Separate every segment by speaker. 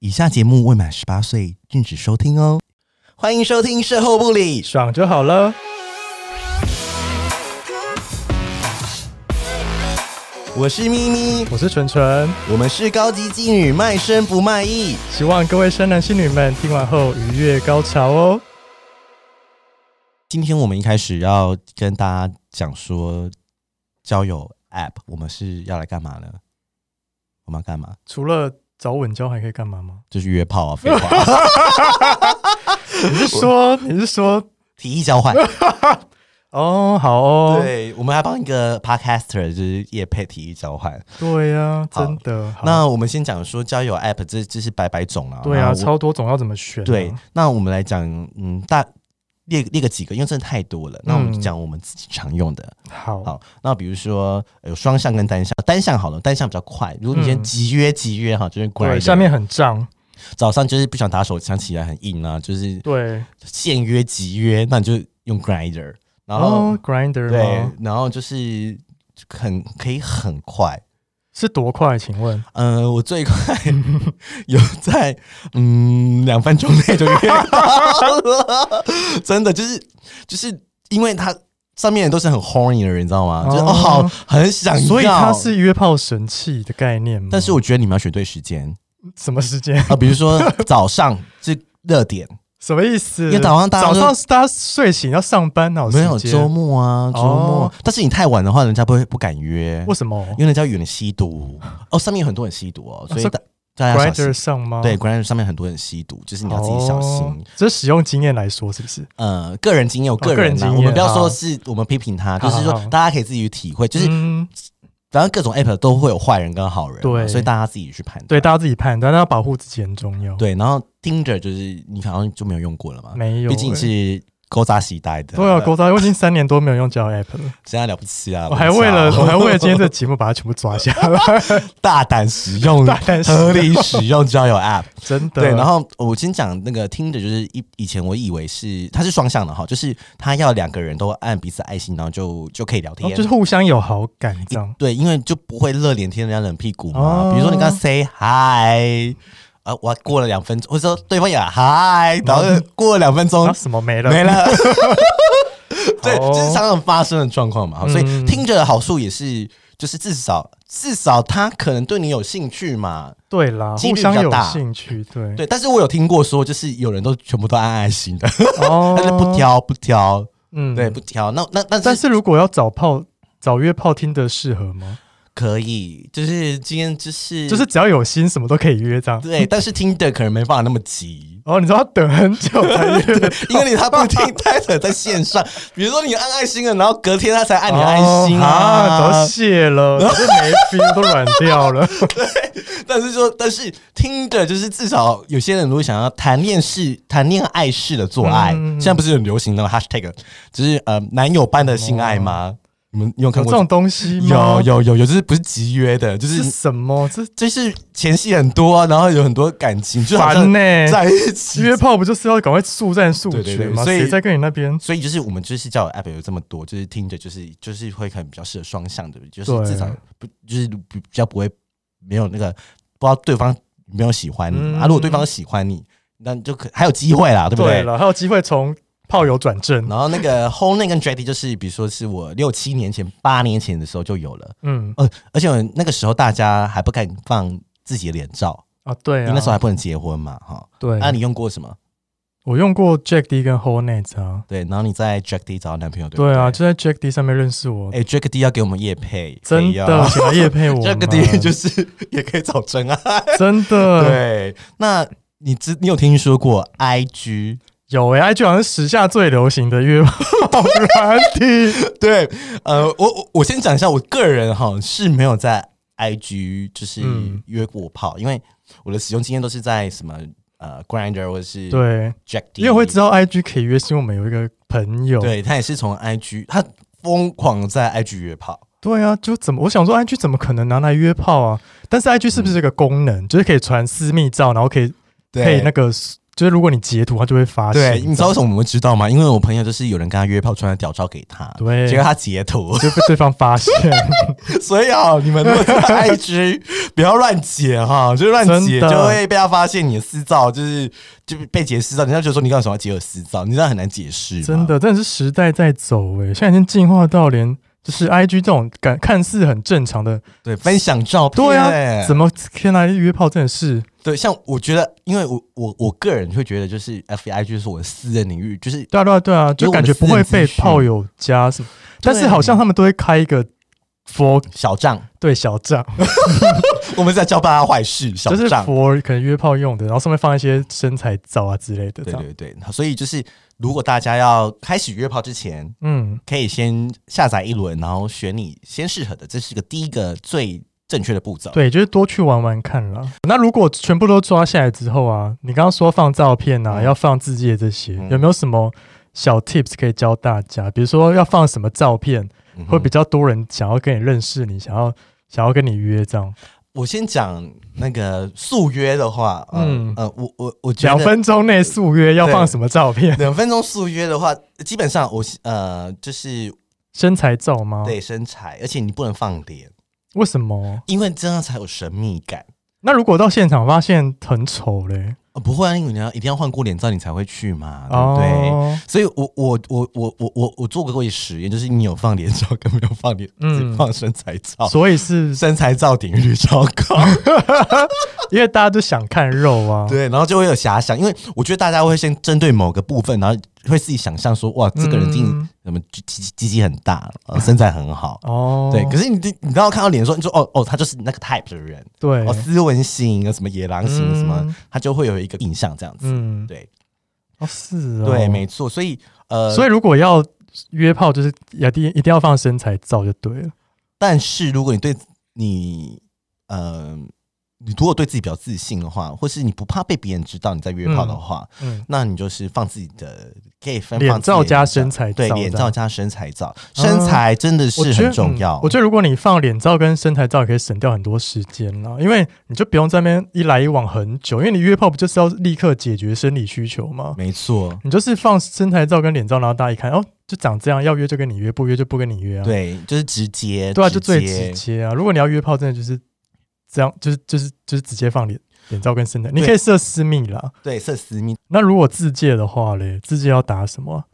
Speaker 1: 以下节目未满十八岁禁止收听哦。欢迎收听《售后不理》，
Speaker 2: 爽就好了。
Speaker 1: 我是咪咪，
Speaker 2: 我是纯纯，
Speaker 1: 我们是高级妓女，卖身不卖艺。
Speaker 2: 希望各位生男性女们听完后愉悦高潮哦。
Speaker 1: 今天我们一开始要跟大家讲说，交友 App 我们是要来干嘛呢？我们要干嘛？
Speaker 2: 除了找稳交，还可以干嘛吗？
Speaker 1: 就是约炮啊，废 话，
Speaker 2: 你是说你是说
Speaker 1: 提议交换。
Speaker 2: 哦，好哦，
Speaker 1: 对，我们还帮一个 podcaster 就是夜配提议交换。
Speaker 2: 对呀、
Speaker 1: 好
Speaker 2: 真的。好
Speaker 1: 那我们先讲说交友 App 这这是百百种啊，
Speaker 2: 对
Speaker 1: 那
Speaker 2: 啊，
Speaker 1: 我
Speaker 2: 超多种要怎么选、啊？
Speaker 1: 对，那我们来讲，嗯，大列列个几个，因为真的太多了。那我们
Speaker 2: 嗯
Speaker 1: 讲我们自己常用的。
Speaker 2: 好，
Speaker 1: 好，那比如说呃有双向跟单向，单向好了，单向比较快。如果你先
Speaker 2: 嗯
Speaker 1: 集约集约哈，就是过来
Speaker 2: 对，下面很胀，
Speaker 1: 早上就是不想打手枪起来很硬啊，就是
Speaker 2: 对，
Speaker 1: 现约集约，那你就用 Grinder，然后、
Speaker 2: 哦，grinder
Speaker 1: 对
Speaker 2: 吗？，
Speaker 1: 然后就是很可以很快。
Speaker 2: 是多快？请问
Speaker 1: 呃，我最快 有在嗯两分钟内就约到了， 真的就是就是因为他上面人都是很 horny 的人，你知道吗？就是哦，
Speaker 2: 哦
Speaker 1: 好很想要，
Speaker 2: 所以它是约炮神器的概念吗？
Speaker 1: 但是我觉得你们要选对时间
Speaker 2: 什么时间？
Speaker 1: 啊、比如说早上是热点，
Speaker 2: 什么意思？
Speaker 1: 因为早上大家
Speaker 2: 早
Speaker 1: 都
Speaker 2: 上是大家睡醒要上班，哪
Speaker 1: 没有
Speaker 2: 时间
Speaker 1: 周末啊，周末。
Speaker 2: 哦
Speaker 1: 但是你太晚的话，人家不会不敢约，
Speaker 2: 为什么
Speaker 1: 因为人家有人吸毒哦，上面有很多人吸毒哦，所以
Speaker 2: 是
Speaker 1: 大大家小
Speaker 2: ？Grinder
Speaker 1: 心。
Speaker 2: 上吗？
Speaker 1: 对 g r a n d 上面很多人吸毒，就是你要自己小心。
Speaker 2: 哦这使用经验来说，是不是？
Speaker 1: 呃个人经验，有个
Speaker 2: 哦个
Speaker 1: 人
Speaker 2: 人
Speaker 1: 啦、
Speaker 2: 经验
Speaker 1: 我们不要说是我们批评他，
Speaker 2: 好
Speaker 1: 就是说
Speaker 2: 好好
Speaker 1: 大家可以自己去体会，就是
Speaker 2: 嗯、
Speaker 1: 反正各种 app 都会有坏人跟好人嘛，
Speaker 2: 对
Speaker 1: 所以大家自己去判断。
Speaker 2: 对，大家自己判断，但要保护自己很重要。，
Speaker 1: 啊
Speaker 2: 啊
Speaker 1: 对，然后 Tinder 就是你好像就没有用过了嘛，
Speaker 2: 没有，欸
Speaker 1: 毕竟你是勾扎时代的，
Speaker 2: 都要勾搭。我已经三年多没有用交友 app 了，
Speaker 1: 现在了不起啊！
Speaker 2: 我还
Speaker 1: 们
Speaker 2: 为了
Speaker 1: 家
Speaker 2: 我还为了今天这节目把它全部抓下 来，
Speaker 1: 大胆使用、
Speaker 2: 大胆使用
Speaker 1: 合理使用交友 app。
Speaker 2: 真的。
Speaker 1: 对，然后我先讲那个 Tinder，就是以以前我以为是它是双向的哈，就是他要两个人都按彼此爱心，然后就就可以聊
Speaker 2: 哦
Speaker 1: 天，
Speaker 2: 就是互相有好感这样。
Speaker 1: 对，因为就不会热脸贴人家冷屁股嘛。
Speaker 2: 哦
Speaker 1: 比如说你跟他 say hi，啊，我过了两分钟，或者说对方也 hi，然后过了两分钟、
Speaker 2: 哦啊，什么没了？
Speaker 1: 没 了。对，
Speaker 2: 好哦
Speaker 1: 这是常常发生的状况嘛。所以
Speaker 2: 嗯
Speaker 1: 听着的好处也是，就是至少至少他可能对你有兴趣嘛。
Speaker 2: 对啦，
Speaker 1: 几率
Speaker 2: 互
Speaker 1: 比较
Speaker 2: 相有
Speaker 1: 大
Speaker 2: 兴趣，对
Speaker 1: 对，但是我有听过说，就是有人都全部都按爱心的，
Speaker 2: 哦
Speaker 1: 但是 不，挑不挑，
Speaker 2: 嗯
Speaker 1: 对，不挑。那那那
Speaker 2: 但
Speaker 1: 是
Speaker 2: 是如果要找炮、找约炮，听得适合吗？
Speaker 1: 可以，就是今天就是
Speaker 2: 就是只要有心，什么都可以约这样。
Speaker 1: 对，但是听的可能没办法那么急。
Speaker 2: 哦，你知道要等很久才约，
Speaker 1: 因为你他不听 Title 在线上，比如说你按爱心了，然后隔天他才按你爱心
Speaker 2: 哦啊，早
Speaker 1: 啊。
Speaker 2: 谢了，早就没 feel 都软掉了。
Speaker 1: 但是说，但是听着就是至少有些人如果想要谈恋式、谈恋爱式的做爱，
Speaker 2: 嗯
Speaker 1: 现在不是很流行那个 hashtag，就是呃男友般的性爱吗？你们你有
Speaker 2: 哦有
Speaker 1: 看
Speaker 2: 这
Speaker 1: 过
Speaker 2: 种？东西吗嗯
Speaker 1: 有？嗯有有有，就是不是集约的，就是是
Speaker 2: 什么？这
Speaker 1: 就是前戏很多啊，然后有很多感情，就好像
Speaker 2: 烦呢
Speaker 1: 在一起
Speaker 2: 约炮不就是要赶快速战速
Speaker 1: 对对对
Speaker 2: 决吗？
Speaker 1: 所以
Speaker 2: 谁在跟你那边？
Speaker 1: 所以就是我们就是交友 app 有这么多，就是听着就是就是会可能比较适合双向的，就是
Speaker 2: 对
Speaker 1: 至少不就是比较不会没有那个不知道对方有没有喜欢你、
Speaker 2: 嗯
Speaker 1: 啊。如果对方喜欢你，那你就可还有机会啦，对不对？
Speaker 2: 了，还有机会从炮友转正。
Speaker 1: 然后那个 h o l e 跟 Jetty 就是，比如说是我六七年前、八年前的时候就有了，
Speaker 2: 嗯
Speaker 1: 呃，而且那个时候大家还不敢放自己的脸照，
Speaker 2: 啊，对
Speaker 1: 因
Speaker 2: 啊
Speaker 1: 为，那时候还不能结婚嘛，哈。
Speaker 2: 对
Speaker 1: 那、，你用过什么？
Speaker 2: 我用过 Jack D 跟 Hornet 啊，
Speaker 1: 对，然后你在 Jetty 找到男朋友，对不
Speaker 2: 对
Speaker 1: 对
Speaker 2: 啊，就在 Jack D 上面认识我，
Speaker 1: 哎、j a c k D 要给我们夜配，哦谁
Speaker 2: 真
Speaker 1: 要
Speaker 2: 的，请来夜 配我们，
Speaker 1: 这个地就是 也可以找真爱。
Speaker 2: 真的
Speaker 1: 对，那你知你有听说过 IG？
Speaker 2: 有哎，IG 好像是时下最流行的约 炮软体，
Speaker 1: 对，呃，我我我先讲一下，我个人哈是没有在 IG 就是
Speaker 2: 嗯
Speaker 1: 约过炮，因为我的使用经验都是在什么呃 Grinder 或者是
Speaker 2: 对，
Speaker 1: Jack D，
Speaker 2: 因为会知道 IG 可以约，是因为我们有一个朋友，
Speaker 1: 对他也是从 IG，他疯狂在 IG 约炮。
Speaker 2: 对啊，就怎么我想说，IG 怎么可能拿来约
Speaker 1: 嗯
Speaker 2: 炮啊？但是 IG 是不是这个功能，就是可以传私密照，然后可以可以那个就是如果你截图，它就会发现。
Speaker 1: 对，你知道为什么我们会知道吗？因为我朋友就是有人跟他约炮，传了屌照给他，
Speaker 2: 对
Speaker 1: 结果他截图，
Speaker 2: 就被对方发 现，
Speaker 1: 所以啊，你们如果 在 IG 不要乱截哈，就是乱截
Speaker 2: 真的
Speaker 1: 就会被他发现你的私照，就是就被截私照，人家就说你干什么要截我私照，你这样很难解释，
Speaker 2: 真。的，真的是时代在走哎、现在已经进化到连就是 I G 这种感看似很正常的，
Speaker 1: 对，分享照片，
Speaker 2: 对啊，怎么天来约炮真的是
Speaker 1: 对，像我觉得，因为我我我个人会觉得，就是 F E I G 是我的私人领域，就是
Speaker 2: 对啊对啊对啊，
Speaker 1: 因为
Speaker 2: 就
Speaker 1: 我们
Speaker 2: 感觉不会
Speaker 1: 私人
Speaker 2: 被
Speaker 1: 资讯
Speaker 2: 炮友加什么，但是好像他们都会开一个 for
Speaker 1: 小账，
Speaker 2: 对小账，
Speaker 1: 我们是在教大家坏事，小
Speaker 2: 就是
Speaker 1: 账。
Speaker 2: for 可能约炮用的，然后上面放一些身材照啊之类的这
Speaker 1: 对
Speaker 2: 样，
Speaker 1: 对对，所以就是如果大家要开始约炮之前，
Speaker 2: 嗯，
Speaker 1: 可以先下载一轮，然后选你先适合的，这是个第一个最正确的步骤。
Speaker 2: 对，就是多去玩玩看啦。那如果全部都抓下来之后啊，你刚刚说放照片啊，
Speaker 1: 嗯
Speaker 2: 要放字界这些，
Speaker 1: 嗯
Speaker 2: 有没有什么小 tips 可以教大家？比如说要放什么照片，
Speaker 1: 嗯哼，
Speaker 2: 会比较多人想要跟你认识你，想要想要跟你约这样？
Speaker 1: 我先讲那个速约的话，嗯
Speaker 2: 嗯
Speaker 1: 呃，我我我觉得
Speaker 2: 两分钟内速约要放什么照片？
Speaker 1: 两分钟速约的话，基本上我呃就是
Speaker 2: 身材照吗？
Speaker 1: 对身材，而且你不能放脸，
Speaker 2: 为什么？
Speaker 1: 因为这样才有神秘感。
Speaker 2: 那如果到现场发现很丑嘞？
Speaker 1: 呃不会啊，因为你要一定要换过脸照，你才会去嘛，对不嗯对？
Speaker 2: 哦
Speaker 1: 所以我，我我我我我我做过一个实验，就是你有放脸照跟没有放脸，
Speaker 2: 嗯
Speaker 1: 嗯，放身材照，
Speaker 2: 所以是
Speaker 1: 身材照点击率超高，
Speaker 2: 因为大家都想看肉啊。
Speaker 1: 对，然后就会有遐想，因为我觉得大家会先针对某个部分，然后会自己想象说，哇，这个人一定
Speaker 2: 嗯
Speaker 1: 什么鸡鸡鸡鸡很大，呃身材很好，
Speaker 2: 哦，
Speaker 1: 对。可是你你当看到脸的时候，你说哦哦，他就是那个 type 的人，
Speaker 2: 对
Speaker 1: 哦，斯文型，什么野狼型，
Speaker 2: 嗯
Speaker 1: 什么，他就会有一个印象这样子，
Speaker 2: 嗯，
Speaker 1: 对
Speaker 2: 哦是哦，
Speaker 1: 对，没错。所以呃，
Speaker 2: 所以如果要约炮，就是一定一定要放身材照就对了。
Speaker 1: 但是如果你对你，呃，你如果对自己比较自信的话，或是你不怕被别人知道你在约炮的话，
Speaker 2: 嗯，
Speaker 1: 那你就是放自己的可以分
Speaker 2: 脸
Speaker 1: 放自己的
Speaker 2: 照加身材
Speaker 1: 对，
Speaker 2: 照
Speaker 1: 脸
Speaker 2: 这
Speaker 1: 照
Speaker 2: 样
Speaker 1: 加身材照，身材真的是很重要。
Speaker 2: 嗯我觉得嗯我觉得如果你放脸照跟身材照，可以省掉很多时间啦，因为你就不用在那边一来一往很久，因为你约炮不就是要立刻解决生理需求吗？
Speaker 1: 没错，
Speaker 2: 你就是放身材照跟脸照，然后大家一看，哦，就长这样，要约就跟你约，不约就不跟你约啊。
Speaker 1: 对，就是直接，
Speaker 2: 对啊，就最直
Speaker 1: 接。
Speaker 2: 接啊。如果你要约炮，真的就是这样，就是就是就是直接放脸脸照跟身材，你
Speaker 1: 对
Speaker 2: 可以设私密啦。
Speaker 1: 对，设私密，
Speaker 2: 那如果自介的话嘞，自介要打什么啊？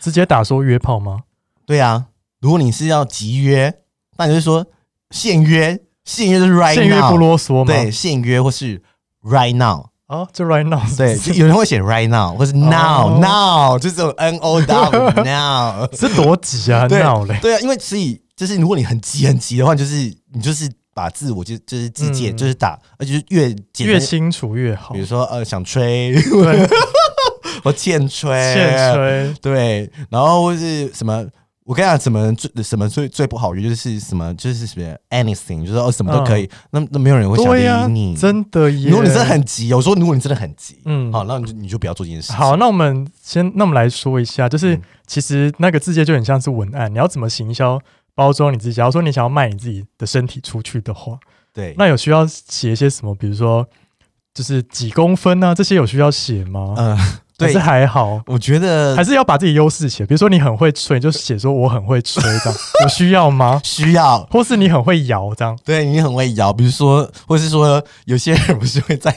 Speaker 2: 直接打说约炮吗？
Speaker 1: 对啊。如果你是要集约，那你就说现约，现约就是 right now，
Speaker 2: 现约不啰嗦吗？
Speaker 1: 对，，现约或是 right now，
Speaker 2: 哦，就 right now 是不
Speaker 1: 对，
Speaker 2: 是。
Speaker 1: 就有人会写 right now 或是
Speaker 2: 哦
Speaker 1: now、now，就这种 n o w now。
Speaker 2: 是多急啊，
Speaker 1: 对
Speaker 2: 闹嘞。
Speaker 1: 对啊，因为所以就是如果你很急很急的话，就是你就是把字我就就是自介、
Speaker 2: 嗯
Speaker 1: 就是打，而且就是越简单
Speaker 2: 越清楚越好
Speaker 1: 比。如说呃想吹，
Speaker 2: 对，
Speaker 1: 我欠吹，
Speaker 2: 现，吹
Speaker 1: 对，然后或是什么。我跟你讲，什么最什么最最不好约就是什么就是什么 anything，就是哦什么都可以，那那没有人会想
Speaker 2: 嗯对呀
Speaker 1: 理你。，
Speaker 2: 真的耶。
Speaker 1: 如果你真的很急，有时候如果你真的很急，
Speaker 2: 嗯
Speaker 1: 好，那你就你就不要做这件事情。
Speaker 2: 好，那我们先，那我们来说一下，就是
Speaker 1: 嗯
Speaker 2: 其实那个字界就很像是文案，你要怎么行销包装你自己？假如说你想要卖你自己的身体出去的话，
Speaker 1: 对，
Speaker 2: 那有需要写一些什么？比如说就是几公分啊，这些有需要写吗？
Speaker 1: 嗯、
Speaker 2: 还
Speaker 1: 对
Speaker 2: 是，还好，
Speaker 1: 我觉得
Speaker 2: 还是要把自己优势写，比如说你很会吹，你就写说我很会吹这 样，有需要吗？
Speaker 1: 需要。
Speaker 2: 或是你很会摇这样，
Speaker 1: 对你很会摇，比如说，或是说，有些人不是会在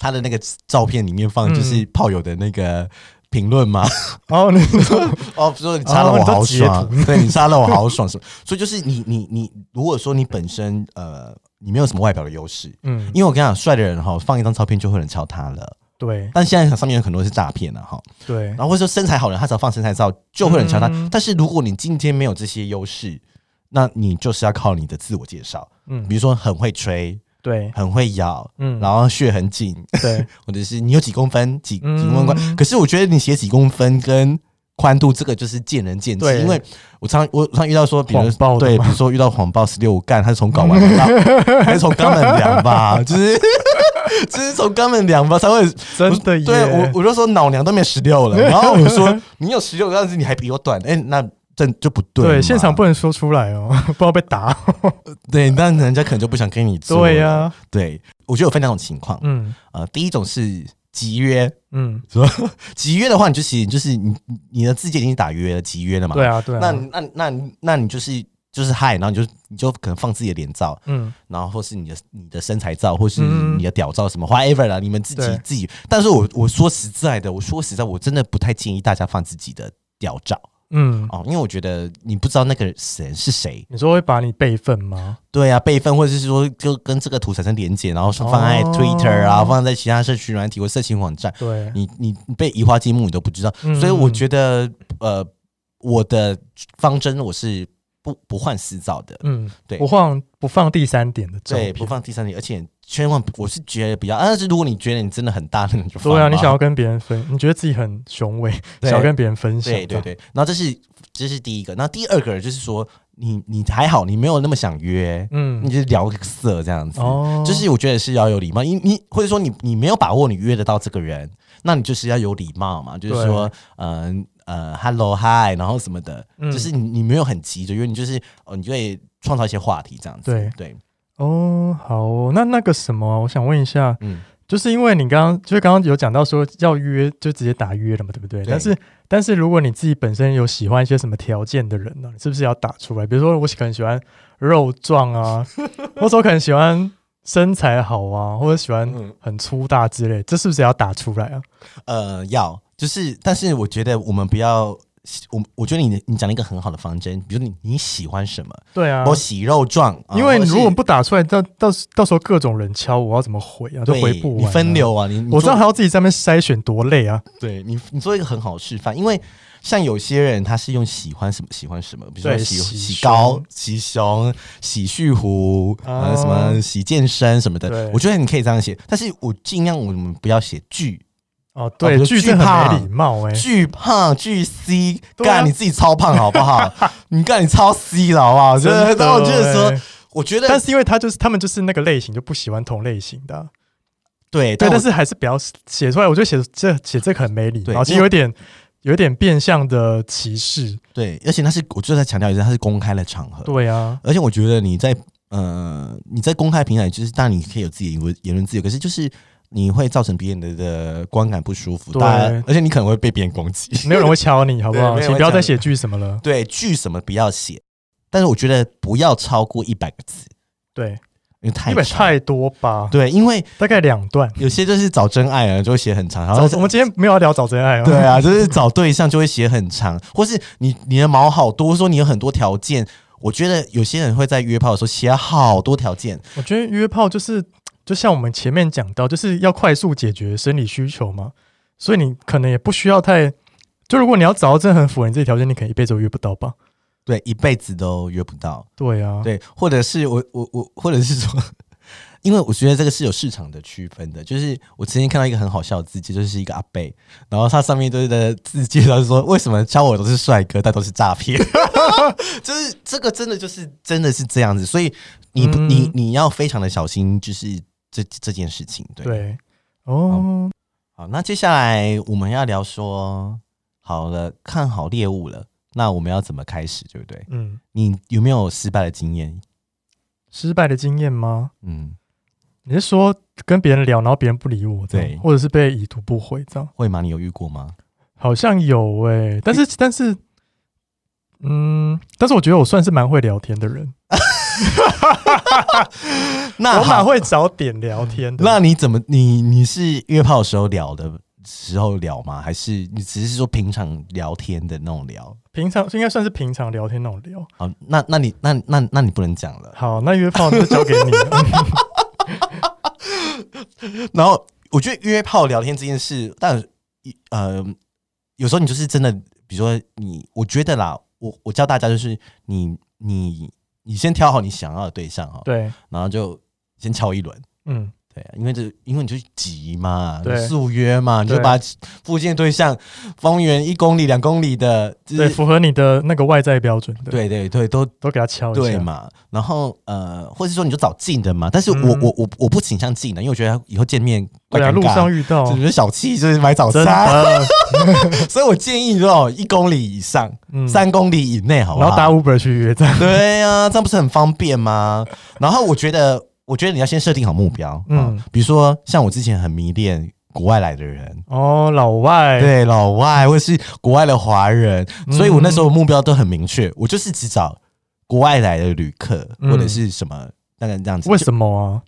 Speaker 1: 他的那个照片里面放，
Speaker 2: 嗯
Speaker 1: 就是炮友的那个评论吗？
Speaker 2: 然后你说
Speaker 1: 哦，说你杀了我好爽
Speaker 2: 哦，你
Speaker 1: 对你杀了我好爽什么？所以就是你你你，如果说你本身呃你没有什么外表的优势，
Speaker 2: 嗯，
Speaker 1: 因为我跟你讲，帅的人哈放一张照片就会有人敲他了，
Speaker 2: 对
Speaker 1: 但现在上面有很多是诈骗了哈。
Speaker 2: 对
Speaker 1: 然，后或者说身材好人，他只要放身材照就会有人敲他。
Speaker 2: 嗯
Speaker 1: 但是如果你今天没有这些优势，那你就是要靠你的自我介绍，
Speaker 2: 嗯
Speaker 1: 比如说很会吹，
Speaker 2: 对，
Speaker 1: 很会咬，
Speaker 2: 嗯，
Speaker 1: 然后血很紧，
Speaker 2: 对，
Speaker 1: 或者是你有几公分，几几
Speaker 2: 嗯
Speaker 1: 公分宽。可是我觉得你写几公分跟宽度这个就是见仁见智，
Speaker 2: 对
Speaker 1: 因为我常我常遇到说，比如
Speaker 2: 谎报的
Speaker 1: 对，
Speaker 2: 嘛
Speaker 1: 比如说遇到谎报十六干，他是从睾丸 量，还是从肛门量吧，就是 就是从肛门量吧，才会
Speaker 2: 真的耶，
Speaker 1: 对我，我就说脑娘都没十 六了，然后我说你有十六，但是你还比我短，哎、那这就不对嘛。
Speaker 2: 对现场不能说出来哦， 不知道被打。
Speaker 1: 对，但人家可能就不想跟你做。
Speaker 2: 对呀、、
Speaker 1: 对我觉得有分两种情况，
Speaker 2: 嗯
Speaker 1: 呃，第一种是集约，
Speaker 2: 嗯，
Speaker 1: 集约的话，你就其实就是你你你的字界已经打约了，集约了嘛。
Speaker 2: 对啊，对啊，
Speaker 1: 那你那你那你那你就是就是嗨，然后你就你就可能放自己的脸照，
Speaker 2: 嗯，
Speaker 1: 然后或是你的你的身材照，或是
Speaker 2: 嗯
Speaker 1: 你的屌照什么、whatever 啦，你们自己
Speaker 2: 对
Speaker 1: 自己。但是我我说实在的，我说实在，我真的不太建议大家放自己的屌照
Speaker 2: 嗯，
Speaker 1: 哦，因为我觉得你不知道那个人是谁。
Speaker 2: 你说会把你备份吗？
Speaker 1: 对啊，备份或者是说就跟这个图产生连接，然后放在
Speaker 2: 哦
Speaker 1: Twitter 啊，放在其他社群软体或色情网站，
Speaker 2: 对，
Speaker 1: 你你你被移花接木你都不知道。
Speaker 2: 嗯
Speaker 1: 所以我觉得呃，我的方针我是不不换私照的。
Speaker 2: 嗯，
Speaker 1: 对
Speaker 2: 不放不放第三点的照
Speaker 1: 对，
Speaker 2: 片，
Speaker 1: 不放第三点，而且千万不我是觉得比较，啊但是如果你觉得你真的很大，那你就放
Speaker 2: 对啊，你
Speaker 1: 吧
Speaker 2: 想要跟别人分，你觉得自己很雄伟，
Speaker 1: 对
Speaker 2: 想要跟别人分享，
Speaker 1: 对对，对，然后这是这是第一个，那第二个就是说你你还好，你没有那么想约，
Speaker 2: 嗯
Speaker 1: 你，就聊个色这样子，
Speaker 2: 哦，
Speaker 1: 就是我觉得是要有礼貌，因你或者说你你没有把握你约得到这个人，那你就是要有礼貌嘛，就是说嗯呃 hello hi，然后什么的，
Speaker 2: 嗯
Speaker 1: 就是你你没有很急着约，你就是哦你就会创造一些话题这样子，
Speaker 2: 对
Speaker 1: 对，
Speaker 2: 哦，好哦那那个什么啊，我想问一下，
Speaker 1: 嗯，
Speaker 2: 就是因为你刚刚就是刚刚有讲到说要约就直接打约了嘛，对不对？
Speaker 1: 对
Speaker 2: 但是但是如果你自己本身有喜欢一些什么条件的人呢、你是不是也要打出来？比如说我可能喜欢肉壮 啊，或者我可能喜欢身材好啊，或者喜欢
Speaker 1: 嗯
Speaker 2: 很粗大之类，这是不是也要打出来啊？
Speaker 1: 呃，要就是，但是我觉得我们不要，我我觉得你你讲了一个很好的方针，比如你你喜欢什么，
Speaker 2: 对啊，
Speaker 1: 我喜肉壮，啊
Speaker 2: 因
Speaker 1: 或
Speaker 2: 为你
Speaker 1: 是
Speaker 2: 如果不打出来，到到时到时候各种人敲我，我要怎么回啊？都
Speaker 1: 对
Speaker 2: 回不完、
Speaker 1: 你分，流啊，你你
Speaker 2: 我知道
Speaker 1: 做
Speaker 2: 还要自己在那边筛选多累啊。
Speaker 1: 对你你做一个很好的示范，因为像有些人他是用喜欢什么喜欢什么，比如说
Speaker 2: 对
Speaker 1: 喜
Speaker 2: 喜
Speaker 1: 喜
Speaker 2: 胸
Speaker 1: 高、喜胸、喜蓄胡，呃，
Speaker 2: 啊
Speaker 1: 什么喜健身什么的
Speaker 2: 对，
Speaker 1: 我觉得你可以这样写，但是我尽量我们不要写巨
Speaker 2: 哦，
Speaker 1: 啊
Speaker 2: 对，
Speaker 1: 比如
Speaker 2: 巨
Speaker 1: 巨
Speaker 2: 是很没
Speaker 1: 胖
Speaker 2: 礼貌哎、
Speaker 1: 巨胖巨 C，
Speaker 2: 对啊
Speaker 1: 干你自己超胖好不好？你干你超 C 了好不好？啊真的， 但我觉得说
Speaker 2: 欸。
Speaker 1: 我觉得，
Speaker 2: 但是因为他就是他们就是那个类型，就不喜欢同类型的啊、
Speaker 1: 对，
Speaker 2: 对，
Speaker 1: 我
Speaker 2: 但是还是不要写出来。我觉得写这写这个很没礼
Speaker 1: 对
Speaker 2: 貌，其
Speaker 1: 因
Speaker 2: 实
Speaker 1: 为
Speaker 2: 有点有点变相的歧视。
Speaker 1: 对，而且那是我就在强调一次，它是公开的场合。，
Speaker 2: 对啊，
Speaker 1: 而且我觉得你在呃你在公开平台，就是当然你可以有自己的言论言论自由，可是就是你会造成别人的的观感不舒服，
Speaker 2: 对
Speaker 1: 大家而且你可能会被别人攻击。
Speaker 2: 没有人会敲你，好不好？
Speaker 1: 对没有人
Speaker 2: 请不要
Speaker 1: 会敲
Speaker 2: 再
Speaker 1: 你
Speaker 2: 写句什么了。
Speaker 1: 对，句什么不要写，但是我觉得不要超过一百个字，
Speaker 2: 对，
Speaker 1: 因为太
Speaker 2: 一本
Speaker 1: 长
Speaker 2: 太多吧，
Speaker 1: 对，因为
Speaker 2: 大概两段。
Speaker 1: 有些就是找真爱啊，就会写很长，然
Speaker 2: 早
Speaker 1: 后，
Speaker 2: 我们今天没有要聊早真爱哦。
Speaker 1: 对啊，就是找对象就会写很长，或是你你的毛好多，或说你有很多条件。我觉得有些人会在约炮的时候写好多条件，
Speaker 2: 我觉得约炮就是，就像我们前面讲到，就是要快速解决生理需求嘛，所以你可能也不需要太，就如果你要找到真的很符合你自己条件，你可能一辈子都约不到吧。
Speaker 1: 对，一辈子都约不到，
Speaker 2: 对啊，
Speaker 1: 对，或者是我我我，或者是说，因为我觉得这个是有市场的区分的，就是我之前看到一个很好笑的字界，就是一个阿贝，然后他上面都是的字介绍说，为什么教我都是帅哥，但都是诈骗， 就是这个真的就是真的是这样子，所以你不、你
Speaker 2: 嗯
Speaker 1: 你要非常的小心，就是这这件事情，对，
Speaker 2: 对哦，
Speaker 1: 好，那接下来我们要聊说，好了，看好猎物了，那我们要怎么开始，对不对？
Speaker 2: 嗯，
Speaker 1: 你有没有失败的经验？
Speaker 2: 失败的经验吗？
Speaker 1: 嗯，
Speaker 2: 你是说跟别人聊，然后别人不理我，这样
Speaker 1: 对
Speaker 2: 或者是被已读不回这样？
Speaker 1: 会吗？你有遇过吗？
Speaker 2: 好像有诶、但是但是，嗯，但是我觉得我算是蛮会聊天的人，
Speaker 1: 那
Speaker 2: 我蛮
Speaker 1: 啊好，
Speaker 2: 会找点聊天的。
Speaker 1: 那你怎么你你是约炮的时候聊的时候聊吗？还是你只是说平常聊天的那种聊？
Speaker 2: 平常应该算是平常聊天那种聊。
Speaker 1: 好，那那你那那那你不能讲了。
Speaker 2: 好，那约炮就交给 你了。嗯
Speaker 1: 然后我觉得约炮聊天这件事，但呃，有时候你就是真的，比如说你，我觉得啦，我我教大家就是你你你先挑好你想要的对象哈，
Speaker 2: 对，
Speaker 1: 然后就先敲一轮。
Speaker 2: 嗯，
Speaker 1: 对啊，因为这因为你就急嘛，
Speaker 2: 对
Speaker 1: 速约嘛，你就
Speaker 2: 对
Speaker 1: 把附近的对象，方圆一公里、两公里的，就
Speaker 2: 对，
Speaker 1: 是
Speaker 2: 符合你的那个外在标准的，，
Speaker 1: 对对对，都
Speaker 2: 都给他敲一下。
Speaker 1: 对嘛。然后呃，或者说你就找近的嘛，但是我、
Speaker 2: 嗯
Speaker 1: 我我我不倾向近的，因为我觉得以后见面怪
Speaker 2: 对
Speaker 1: 尴
Speaker 2: 啊，路上
Speaker 1: 尬。
Speaker 2: 遇到
Speaker 1: 是不是小气？就是买早
Speaker 2: 真
Speaker 1: 餐，
Speaker 2: 的，
Speaker 1: 所以我建议哦，一公里以上，
Speaker 2: 嗯，
Speaker 1: 三公里以内，好不
Speaker 2: 然后打
Speaker 1: 好？
Speaker 2: Uber 去约这样。
Speaker 1: 对呀、啊，这样不是很方便吗？然后我觉得，我觉得你要先设定好目标，嗯
Speaker 2: 嗯，
Speaker 1: 比如说像我之前很迷恋国外来的人，
Speaker 2: 哦，老外，，
Speaker 1: 对老外或是国外的华人，
Speaker 2: 嗯
Speaker 1: 所以我那时候的目标都很明确，我就是只找国外来的旅客
Speaker 2: 嗯
Speaker 1: 或者是什么。大概这样子，
Speaker 2: 为
Speaker 1: 就
Speaker 2: 什么啊？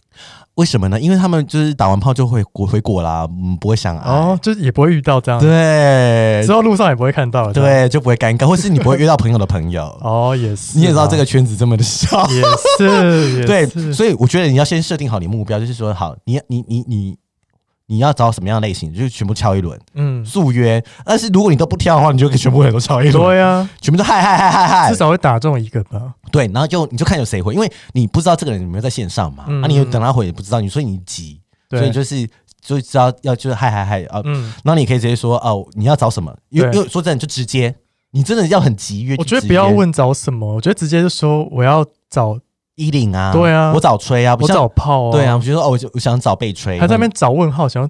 Speaker 1: 为什么呢？因为他们就是打完炮就回国回国啦，嗯，不会想爱，
Speaker 2: 哦，就是也不会遇到这样，
Speaker 1: 对
Speaker 2: 之后路上也不会看到了，这样，
Speaker 1: 对，就不会尴尬，或是你不会约到朋友的朋友。
Speaker 2: 哦，也是啊，
Speaker 1: 你也知道这个圈子这么的小，
Speaker 2: 也是，也
Speaker 1: 对，
Speaker 2: 是
Speaker 1: 所以我觉得你要先设定好你目标，就是说，好，你你你你你要找什么样的类型，就是全部敲一轮
Speaker 2: 嗯，
Speaker 1: 速约。但是如果你都不挑的话，你就可以全部人都敲一轮，
Speaker 2: 对啊，
Speaker 1: 全部都嗨嗨嗨嗨嗨
Speaker 2: 至，少会打中一个吧，
Speaker 1: 对，然后就你就看有谁回，因为你不知道这个人有没有在线上嘛，
Speaker 2: 嗯
Speaker 1: 啊，你又等他回也不知道，你所以你急，
Speaker 2: 对
Speaker 1: 所以就是就知道要就是嗨嗨嗨啊，
Speaker 2: 嗯，
Speaker 1: 然后你可以直接说哦，你要找什么？因为
Speaker 2: 对
Speaker 1: 因为说真的，就直接，你真的要很急约，
Speaker 2: 我觉得不要问找什么，我觉得直接就说我要找
Speaker 1: 衣领啊，
Speaker 2: 对啊
Speaker 1: 我找吹啊，不
Speaker 2: 我
Speaker 1: 像
Speaker 2: 找炮啊，
Speaker 1: 对啊，我，觉得哦，我就我想找被吹，嗯
Speaker 2: 他在那边找问号，想要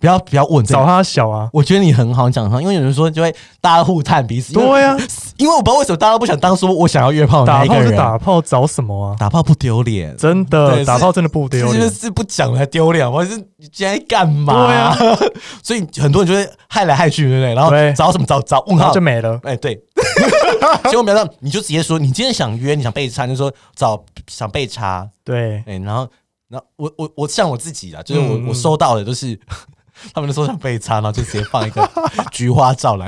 Speaker 1: 不要不要问这
Speaker 2: 找
Speaker 1: 个。
Speaker 2: 他小啊，
Speaker 1: 我觉得你很好讲哈，因为有人说就会大家互探彼此，因为
Speaker 2: 对啊，
Speaker 1: 因为我不知道为什么大家都不想当说我想要约炮的那
Speaker 2: 打
Speaker 1: 一个
Speaker 2: 炮
Speaker 1: 人
Speaker 2: 就，打炮，找什么啊？
Speaker 1: 打炮不丢脸，
Speaker 2: 真
Speaker 1: 对
Speaker 2: 的
Speaker 1: 是
Speaker 2: 打炮真的不丢
Speaker 1: 是
Speaker 2: 脸
Speaker 1: 不，是不讲还丢脸？我是你今天在干嘛？
Speaker 2: 对啊，
Speaker 1: 所以很多人就会害来害去，对不对？然后
Speaker 2: 对
Speaker 1: 找什么找找问
Speaker 2: 然后
Speaker 1: 号
Speaker 2: 就？没了。
Speaker 1: 哎，对， 所以我们要让你就直接说，你今天想约，你想被插，你就说找想被插，
Speaker 2: 对，
Speaker 1: 哎、然后，然后我我我像我自己啊，就是我、
Speaker 2: 嗯嗯
Speaker 1: 我收到的都是 他们都说想被插，然后就直接放一个菊花照 来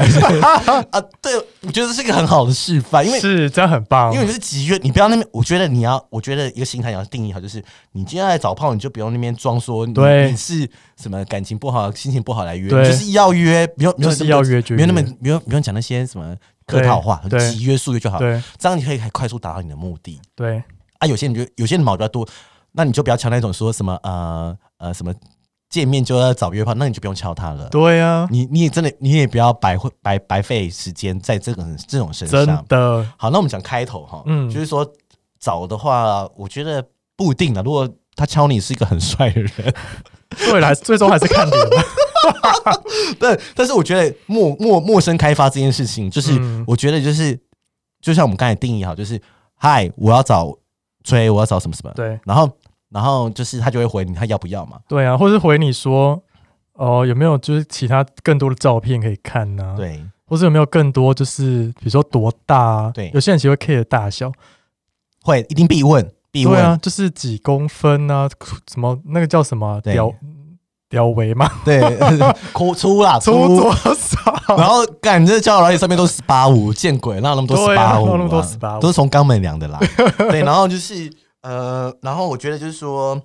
Speaker 1: 啊。对，我觉得这是一个很好的示范，因为
Speaker 2: 是这样很棒
Speaker 1: 因为。你是集约，你不要那边。我觉得你要，我觉得一个心态你要定义好，就是你今天来找炮，你就不用那边装说你
Speaker 2: 对
Speaker 1: 你是什么感情不好、心情不好来约，
Speaker 2: 对
Speaker 1: 你就是要约，不用不用
Speaker 2: 就是要约就约
Speaker 1: 不用那么不用不用讲那些什么客套话，
Speaker 2: 对
Speaker 1: 集约速约就好，
Speaker 2: 对
Speaker 1: 这样你可以快速达到你的目的。
Speaker 2: 对，
Speaker 1: 啊，有些人就有些人毛比较多，那你就不要敲那种说什么呃呃什么见面就要找约炮，那你就不用敲他了。
Speaker 2: 对啊，
Speaker 1: 你你也真的你也不要白会白白费时间在这个这种身
Speaker 2: 真
Speaker 1: 上。
Speaker 2: 的，
Speaker 1: 好，那我们讲开头哈，
Speaker 2: 嗯
Speaker 1: 就是说找的话，我觉得不一定啊的。如果他敲你是一个很帅的 人，
Speaker 2: 对来最终还是看脸。
Speaker 1: 但但是我觉得陌陌陌生开发这件事情，就是、
Speaker 2: 嗯
Speaker 1: 我觉得就是就像我们刚才定义好，就是嗨，我要找追，我要找什么什么，
Speaker 2: 对
Speaker 1: 然后然后就是他就会回你，他要不要嘛？
Speaker 2: 对啊，或是回你说，哦，有没有就是其他更多的照片可以看呢？，
Speaker 1: 对
Speaker 2: 或是有没有更多就是比如说多大啊？
Speaker 1: 对
Speaker 2: 有些人其实会 care 大小，
Speaker 1: 会一定必问必问，
Speaker 2: 对啊，就是几公分啊，什么那个叫什么啊
Speaker 1: 对
Speaker 2: 屌屌围嘛，
Speaker 1: 对，哭 出 啦
Speaker 2: 粗多少？
Speaker 1: 然后感这交友软件上面都是八五，见鬼，哪有那么多
Speaker 2: 对
Speaker 1: 十
Speaker 2: 啊
Speaker 1: 八五？
Speaker 2: 哪有那么多18
Speaker 1: 都是从肛门量 的啦。对，然后就是呃，然后我觉得就是说，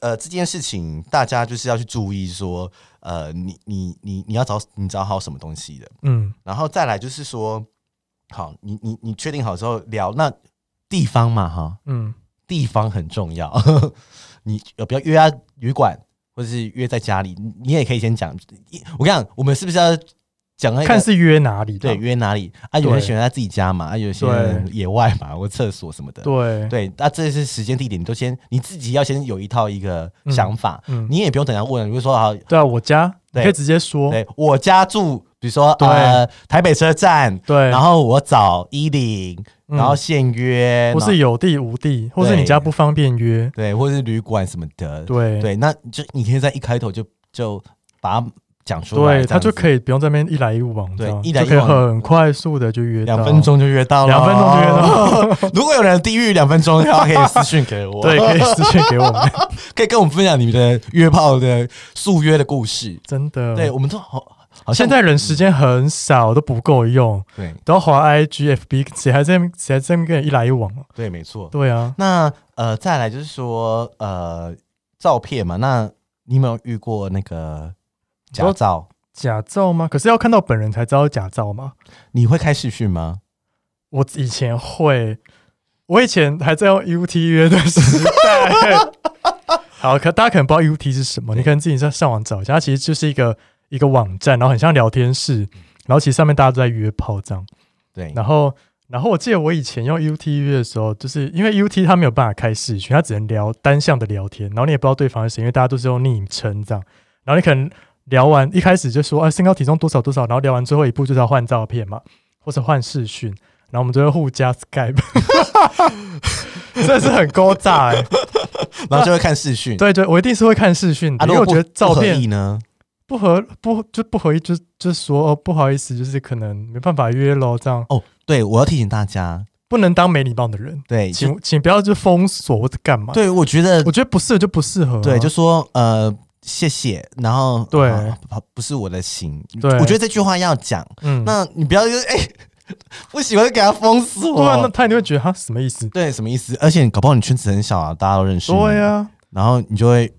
Speaker 1: 呃，这件事情大家就是要去注意说，呃，你你你你要找你找好什么东西的，
Speaker 2: 嗯，
Speaker 1: 然后再来就是说，好，你你你确定好之后聊那地方嘛，哈，
Speaker 2: 嗯，
Speaker 1: 地方很重要。你呃，不要约啊旅馆，或者是约在家里，你你也可以先讲。一我跟你讲，我们是不是要讲那个？
Speaker 2: 看是约哪里
Speaker 1: 对
Speaker 2: 的，
Speaker 1: 约哪里啊？有
Speaker 2: 嗯对
Speaker 1: 人喜欢在自己家嘛，啊，有些人野外嘛，或厕所什么的。
Speaker 2: 对，
Speaker 1: 对，那、这是时间地点，你都先你自己要先有一套一个想法，
Speaker 2: 嗯嗯
Speaker 1: 你也不用等人家问，你就说好，
Speaker 2: 对啊，我家你
Speaker 1: 对
Speaker 2: 可以直接说，
Speaker 1: 对我家住，比如说
Speaker 2: 对
Speaker 1: 呃台北车站，
Speaker 2: 对
Speaker 1: 然后我找一零，
Speaker 2: 嗯
Speaker 1: 然后现约，
Speaker 2: 或
Speaker 1: 然后
Speaker 2: 是有地无地，或是你
Speaker 1: 对
Speaker 2: 家不方便约，
Speaker 1: 对，或是旅馆什么的，
Speaker 2: 对
Speaker 1: 对，那就你可以在一开头就就把它讲出来，
Speaker 2: 对，他就
Speaker 1: 以
Speaker 2: 可以不用在那边一来一往，
Speaker 1: 对
Speaker 2: 这样
Speaker 1: 一来一
Speaker 2: 就可以
Speaker 1: 往
Speaker 2: 很快速的就约到哦
Speaker 1: 两分，钟就约到了，
Speaker 2: 两分钟就约到。
Speaker 1: 如果有人地狱两分钟的话，可以私信给我，
Speaker 2: 对，可以私信给我们，
Speaker 1: 可以跟我们分享你们的约炮的速约的故事。
Speaker 2: 真的。
Speaker 1: 对，我们都好，好像
Speaker 2: 嗯现在人时间很少，都不够用，
Speaker 1: 对
Speaker 2: 都要滑 IG、FB，谁还在那边谁还在那边跟人一来一往啊？
Speaker 1: 对，没错。
Speaker 2: 对啊，
Speaker 1: 那呃，再来就是说呃，照片嘛，那你有没有遇过那个假
Speaker 2: 说
Speaker 1: 照？
Speaker 2: 假照吗？可是要看到本人才知道假照吗？
Speaker 1: 你会开视讯吗？
Speaker 2: 我以前会，我以前还在用 UT 约的时代。好，可大家可能不知道 UT 是什么，你可能自己上上网找一下，它其实就是一个一个网站，然后很像聊天室，然后其实上面大家都在约炮这样。
Speaker 1: 对，
Speaker 2: 然后，然后我记得我以前用 UT 约的时候，就是因为 UT 它没有办法开视讯，它只能聊单向的聊天，然后你也不知道对方是谁，因为大家都是用昵称这样。然后你可能聊完一开始就说啊身高体重多少多少，然后聊完最后一步就是要换照片嘛，或者换视讯，然后我们就会互 加 Skype，真的是很勾诈哎、
Speaker 1: 然后就会看视讯。
Speaker 2: 对对，我一定是会看视讯的，
Speaker 1: 啊，
Speaker 2: 因
Speaker 1: 如
Speaker 2: 为
Speaker 1: 果
Speaker 2: 我
Speaker 1: 不
Speaker 2: 觉得照
Speaker 1: 不合
Speaker 2: 片
Speaker 1: 意呢？
Speaker 2: 不合不就不合意，就就说哦不好意思，就是可能没办法约喽，这样
Speaker 1: 哦，对，我要提醒大家，
Speaker 2: 不能当没礼貌的人，
Speaker 1: 对，就
Speaker 2: 请请不要就封锁或者干嘛。，
Speaker 1: 对我觉得
Speaker 2: 我觉得不适合就不适合啊、
Speaker 1: 对，就说呃谢谢，然后
Speaker 2: 对
Speaker 1: 啊不是我的型，
Speaker 2: 对
Speaker 1: 我觉得这句话要讲，
Speaker 2: 嗯，
Speaker 1: 那你不要就是哎、 不喜欢就给他封锁，
Speaker 2: 对啊，那他一定会觉得他什么意思？
Speaker 1: 对什么意思？而且搞不好你圈子很小啊，大家都认识，
Speaker 2: 对，啊，
Speaker 1: 然后你就会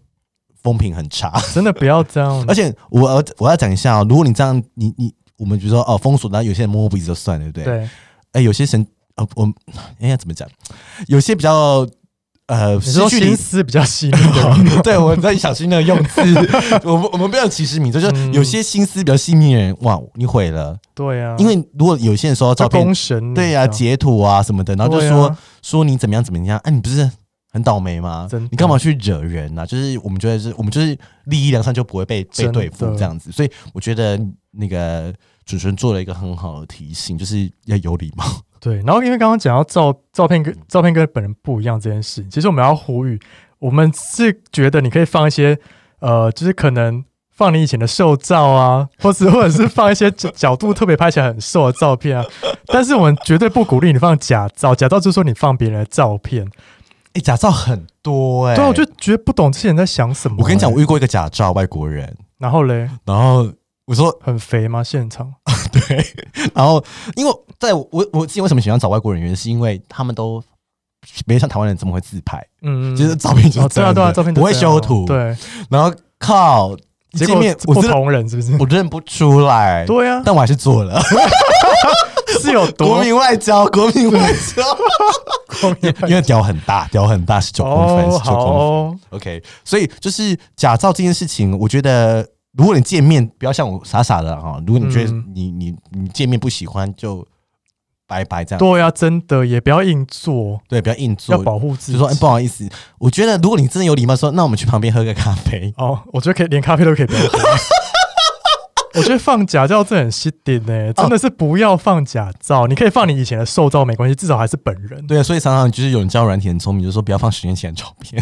Speaker 1: 风评很差。。
Speaker 2: 真的不要这样
Speaker 1: 而且我要我要讲一下、哦，如果你这样，你你我们比如说哦封锁，然后有些人摸摸鼻子就算了，对不对？
Speaker 2: 对，
Speaker 1: 哎，有些神呃，我们应该怎么讲？有些比较呃
Speaker 2: 你
Speaker 1: 失
Speaker 2: 说
Speaker 1: 去
Speaker 2: 心
Speaker 1: 理
Speaker 2: 思比较细腻的人，
Speaker 1: 对，我在小心的用 字，我们我们不要歧视你，就是
Speaker 2: 嗯
Speaker 1: 有些心思比较细腻的人，哇，你毁了，
Speaker 2: 对啊，
Speaker 1: 因为如果有些人收到
Speaker 2: 他
Speaker 1: 照片
Speaker 2: 公，神，
Speaker 1: 对
Speaker 2: 呀、
Speaker 1: 呀、截图啊什么的，然后就
Speaker 2: 对啊
Speaker 1: 说、说你怎么样怎么样，哎、你不是很倒霉吗
Speaker 2: 真的？
Speaker 1: 你干嘛去惹人啊？就是我们觉得是，我们就是利益良善就不会被被
Speaker 2: 真的
Speaker 1: 对付这样子，所以我觉得那个主持人做了一个很好的提醒，就是要有礼貌。
Speaker 2: 对，然后因为刚刚讲到照照片跟照片跟本人不一样这件事，其实我们要呼吁，我们是觉得你可以放一些呃，就是可能放你以前的瘦照啊，或是或者是放一些角角度特别拍起来很瘦的照片啊，但是我们绝对不鼓励你放假照，假照就是说你放别人的照片，
Speaker 1: 哎、假照很多哎、
Speaker 2: 对啊，我就觉得不懂这些人在想什么、欸
Speaker 1: 我跟你讲，我，遇过一个假照外国人，
Speaker 2: 然后嘞，
Speaker 1: 然后我说
Speaker 2: 很肥吗？现场？
Speaker 1: 然后，因为在我我我自己为什么喜欢找外国人，原因是因为他们都没像台湾人这么会自拍，
Speaker 2: 嗯，
Speaker 1: 就是照片就是
Speaker 2: 哦，对啊，
Speaker 1: 真的
Speaker 2: 对啊，照片就
Speaker 1: 不会
Speaker 2: 这样啊
Speaker 1: 修图，，
Speaker 2: 对，
Speaker 1: 然后靠一
Speaker 2: 结
Speaker 1: 见
Speaker 2: 果
Speaker 1: 面我
Speaker 2: 不
Speaker 1: 真的
Speaker 2: 同人是不是？
Speaker 1: 我认不出来，
Speaker 2: 对啊，
Speaker 1: 但我还是做了。
Speaker 2: 是有多
Speaker 1: 国民外交，国民外 交，
Speaker 2: 狂野
Speaker 1: 因为屌很大，屌很大，十九公分，
Speaker 2: 哦，
Speaker 1: 十九
Speaker 2: 好
Speaker 1: 公分。
Speaker 2: 哦，
Speaker 1: OK，所以就是假照这件事情，我觉得如果你见面，不要像我傻傻的哈。如果你觉得
Speaker 2: 嗯
Speaker 1: 你你你见面不喜欢，就拜拜这样。
Speaker 2: 对啊，真的也不要硬做，
Speaker 1: 对，不要硬做
Speaker 2: 要，保护自
Speaker 1: 就
Speaker 2: 己。
Speaker 1: 说、哎不好意思，我觉得如果你真的有礼貌，说那我们去旁边喝个咖啡。
Speaker 2: 哦，我觉得可以连咖啡都可以不要 喝。我觉得放假照这很吸点
Speaker 1: 哦
Speaker 2: 呢，真的是不要放假照，你可以放你以前的瘦照没关系，至少还是本人。
Speaker 1: 对啊，所以常常就是有人教软体很聪明，就说不要放十年前的照片。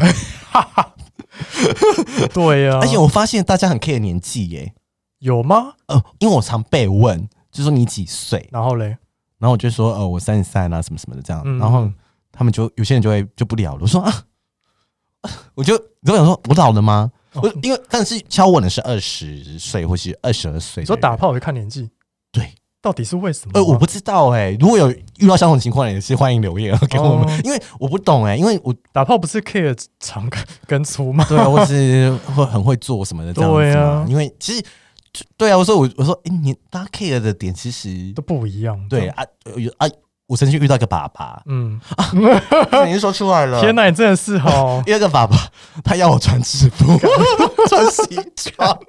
Speaker 2: 对啊，
Speaker 1: 而且我发现大家很 care 年纪耶，
Speaker 2: 有吗？
Speaker 1: 呃，因为我常被问，就说你几岁，
Speaker 2: 然后嘞，
Speaker 1: 然后我就说呃我三十三啊什么什么的这样，
Speaker 2: 嗯
Speaker 1: 然后他们就有些人就会就不聊了，我说啊，我就你就想说我老了吗？
Speaker 2: 哦
Speaker 1: 我因为但是敲我的是二十岁或是二十二岁的人，
Speaker 2: 你说打炮我就看年纪，
Speaker 1: 对，
Speaker 2: 到底是为什么啊？
Speaker 1: 呃，我不知道哎、如果有遇到相同情况，也是欢迎留言给我们，
Speaker 2: 哦
Speaker 1: 因为我不懂哎、因为我
Speaker 2: 打炮不是 care 长跟跟粗吗？
Speaker 1: 对啊，我是会很会做什么的这样子嘛
Speaker 2: 对啊
Speaker 1: 因为其实就对啊，我说我我说哎、你大家 care 的点其实
Speaker 2: 都不一样。，
Speaker 1: 对，啊呃有啊，我曾经遇到一个爸爸
Speaker 2: 嗯，
Speaker 1: 已经说出来了，
Speaker 2: 天哪，你真的是哦
Speaker 1: 第二个爸爸，他要我穿制服， 穿西装，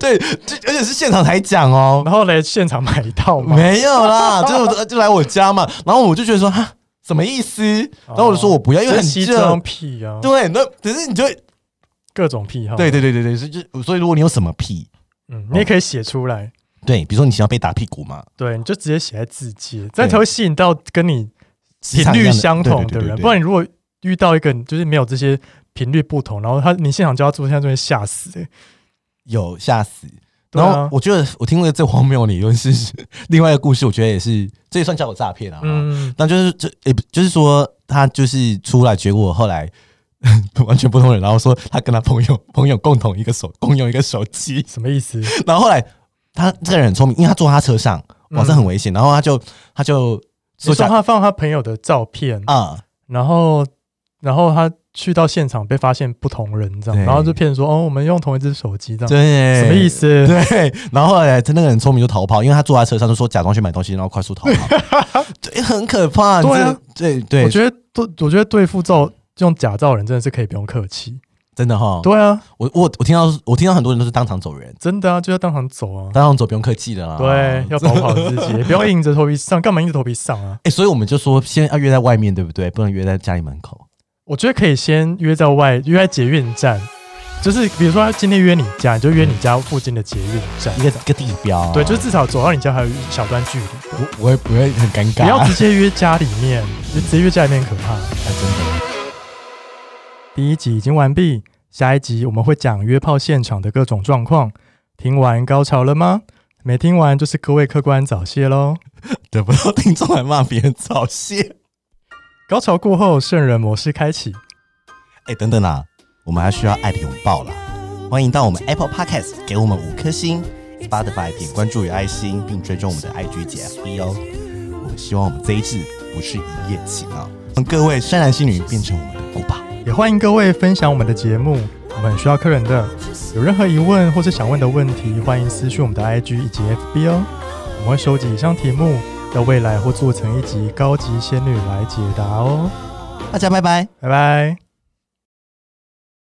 Speaker 1: 对，就而且是现场才讲哦，
Speaker 2: 然后嘞，现场买一套吗？
Speaker 1: 没有 啦，就就来我家嘛，然后我就觉得说哈，什么意思？然后我就说我不要，哎因为
Speaker 2: 这
Speaker 1: 很
Speaker 2: 哦西
Speaker 1: 热
Speaker 2: 装。哦癖啊，
Speaker 1: 对，那可是你就会
Speaker 2: 各种癖好。
Speaker 1: 对对对对对，所以就所以如果你有什么屁，
Speaker 2: 嗯，你也可以写出来，
Speaker 1: 对，比如说你想要被打屁股嘛，
Speaker 2: 对，你就直接写在字界，这样才会吸引到跟你
Speaker 1: 职
Speaker 2: 频
Speaker 1: 场一
Speaker 2: 率
Speaker 1: 样的
Speaker 2: 相
Speaker 1: 对对
Speaker 2: 同
Speaker 1: 对
Speaker 2: 的
Speaker 1: 对
Speaker 2: 人。
Speaker 1: 对
Speaker 2: 不然你如果遇到一个就是没有这些频率不同，然后他你现场叫他做，现在就会吓死、欸。
Speaker 1: 有吓死。
Speaker 2: 对
Speaker 1: 然
Speaker 2: 啊
Speaker 1: 后我觉得我听过最荒谬的理论是另外一个故事，我觉得也是这也算叫我诈骗啊。
Speaker 2: 嗯，
Speaker 1: 那就是这也不就是说他就是出来，结果后来 完全不同人，然后说他跟他朋友朋友共同一个手共用一个手机，
Speaker 2: 什么 意思？
Speaker 1: 然后后来他这个人很聪明，因为他坐他车上，哇，
Speaker 2: 嗯
Speaker 1: 这很危险。然后他就他就
Speaker 2: 你
Speaker 1: 坐下
Speaker 2: 说他放他朋友的照片，
Speaker 1: 啊，
Speaker 2: 然后然后他去到现场被发现不同人这样，
Speaker 1: 对
Speaker 2: 然后就骗说哦，我们用同一只手机这样，
Speaker 1: 对，
Speaker 2: 什么意？思？
Speaker 1: 对，然后后来他那个人聪明就逃跑，因为他坐在车上就说假装去买东西，然后快速逃跑， 对，很可怕。
Speaker 2: 对啊
Speaker 1: 这个，对对，
Speaker 2: 我觉得对，我觉得对付照用假照人真的是可以不用客气。
Speaker 1: 真的哈，
Speaker 2: 对啊，
Speaker 1: 我我我听到我听到很多人都是当场走人，
Speaker 2: 真的啊，就要当场走啊。
Speaker 1: 当场走不用客气的啦。
Speaker 2: 对，要保护好自己，不要硬着头皮上，干嘛硬着头皮上啊？
Speaker 1: 哎、所以我们就说先要约在外面，对不对？不能约在家里门口。
Speaker 2: 我觉得可以先约在外，约在捷运站，就是比如说他今天约你家，你就约你家附近的捷运站
Speaker 1: 一，个一个地标啊、
Speaker 2: 对，就是至少走到你家还有一小段距离，
Speaker 1: 我我会不会很尴尬？啊
Speaker 2: 不 要直接约家里面，就直接约家里面可怕。
Speaker 1: 哎真的
Speaker 2: 第一集已经完毕，下一集我们会讲约炮现场的各种状况。听完高潮了吗？没听完就是各位客官早泄喽。
Speaker 1: 得不到听众还骂别人早泄。
Speaker 2: 高潮过后，圣人模式开启。
Speaker 1: 哎、等等啊，我们还需要爱的拥抱啦！欢迎到我们 Apple Podcast 给我们五颗星，Spotify 点关注与爱心，并追踪我们的 IG 及 FB 哦。我们希望我们这一次不是一夜情啊，让各位善男信女变成我们的欧巴。
Speaker 2: 也欢迎各位分享我们的节目，我们很需要客人的。有任何疑问或是想问的问题，欢迎私讯我们的 IG 以及 FB 哦。我们会收集以上题目，在未来或做成一集高级仙女来解答哦。
Speaker 1: 大家拜拜。
Speaker 2: 拜拜。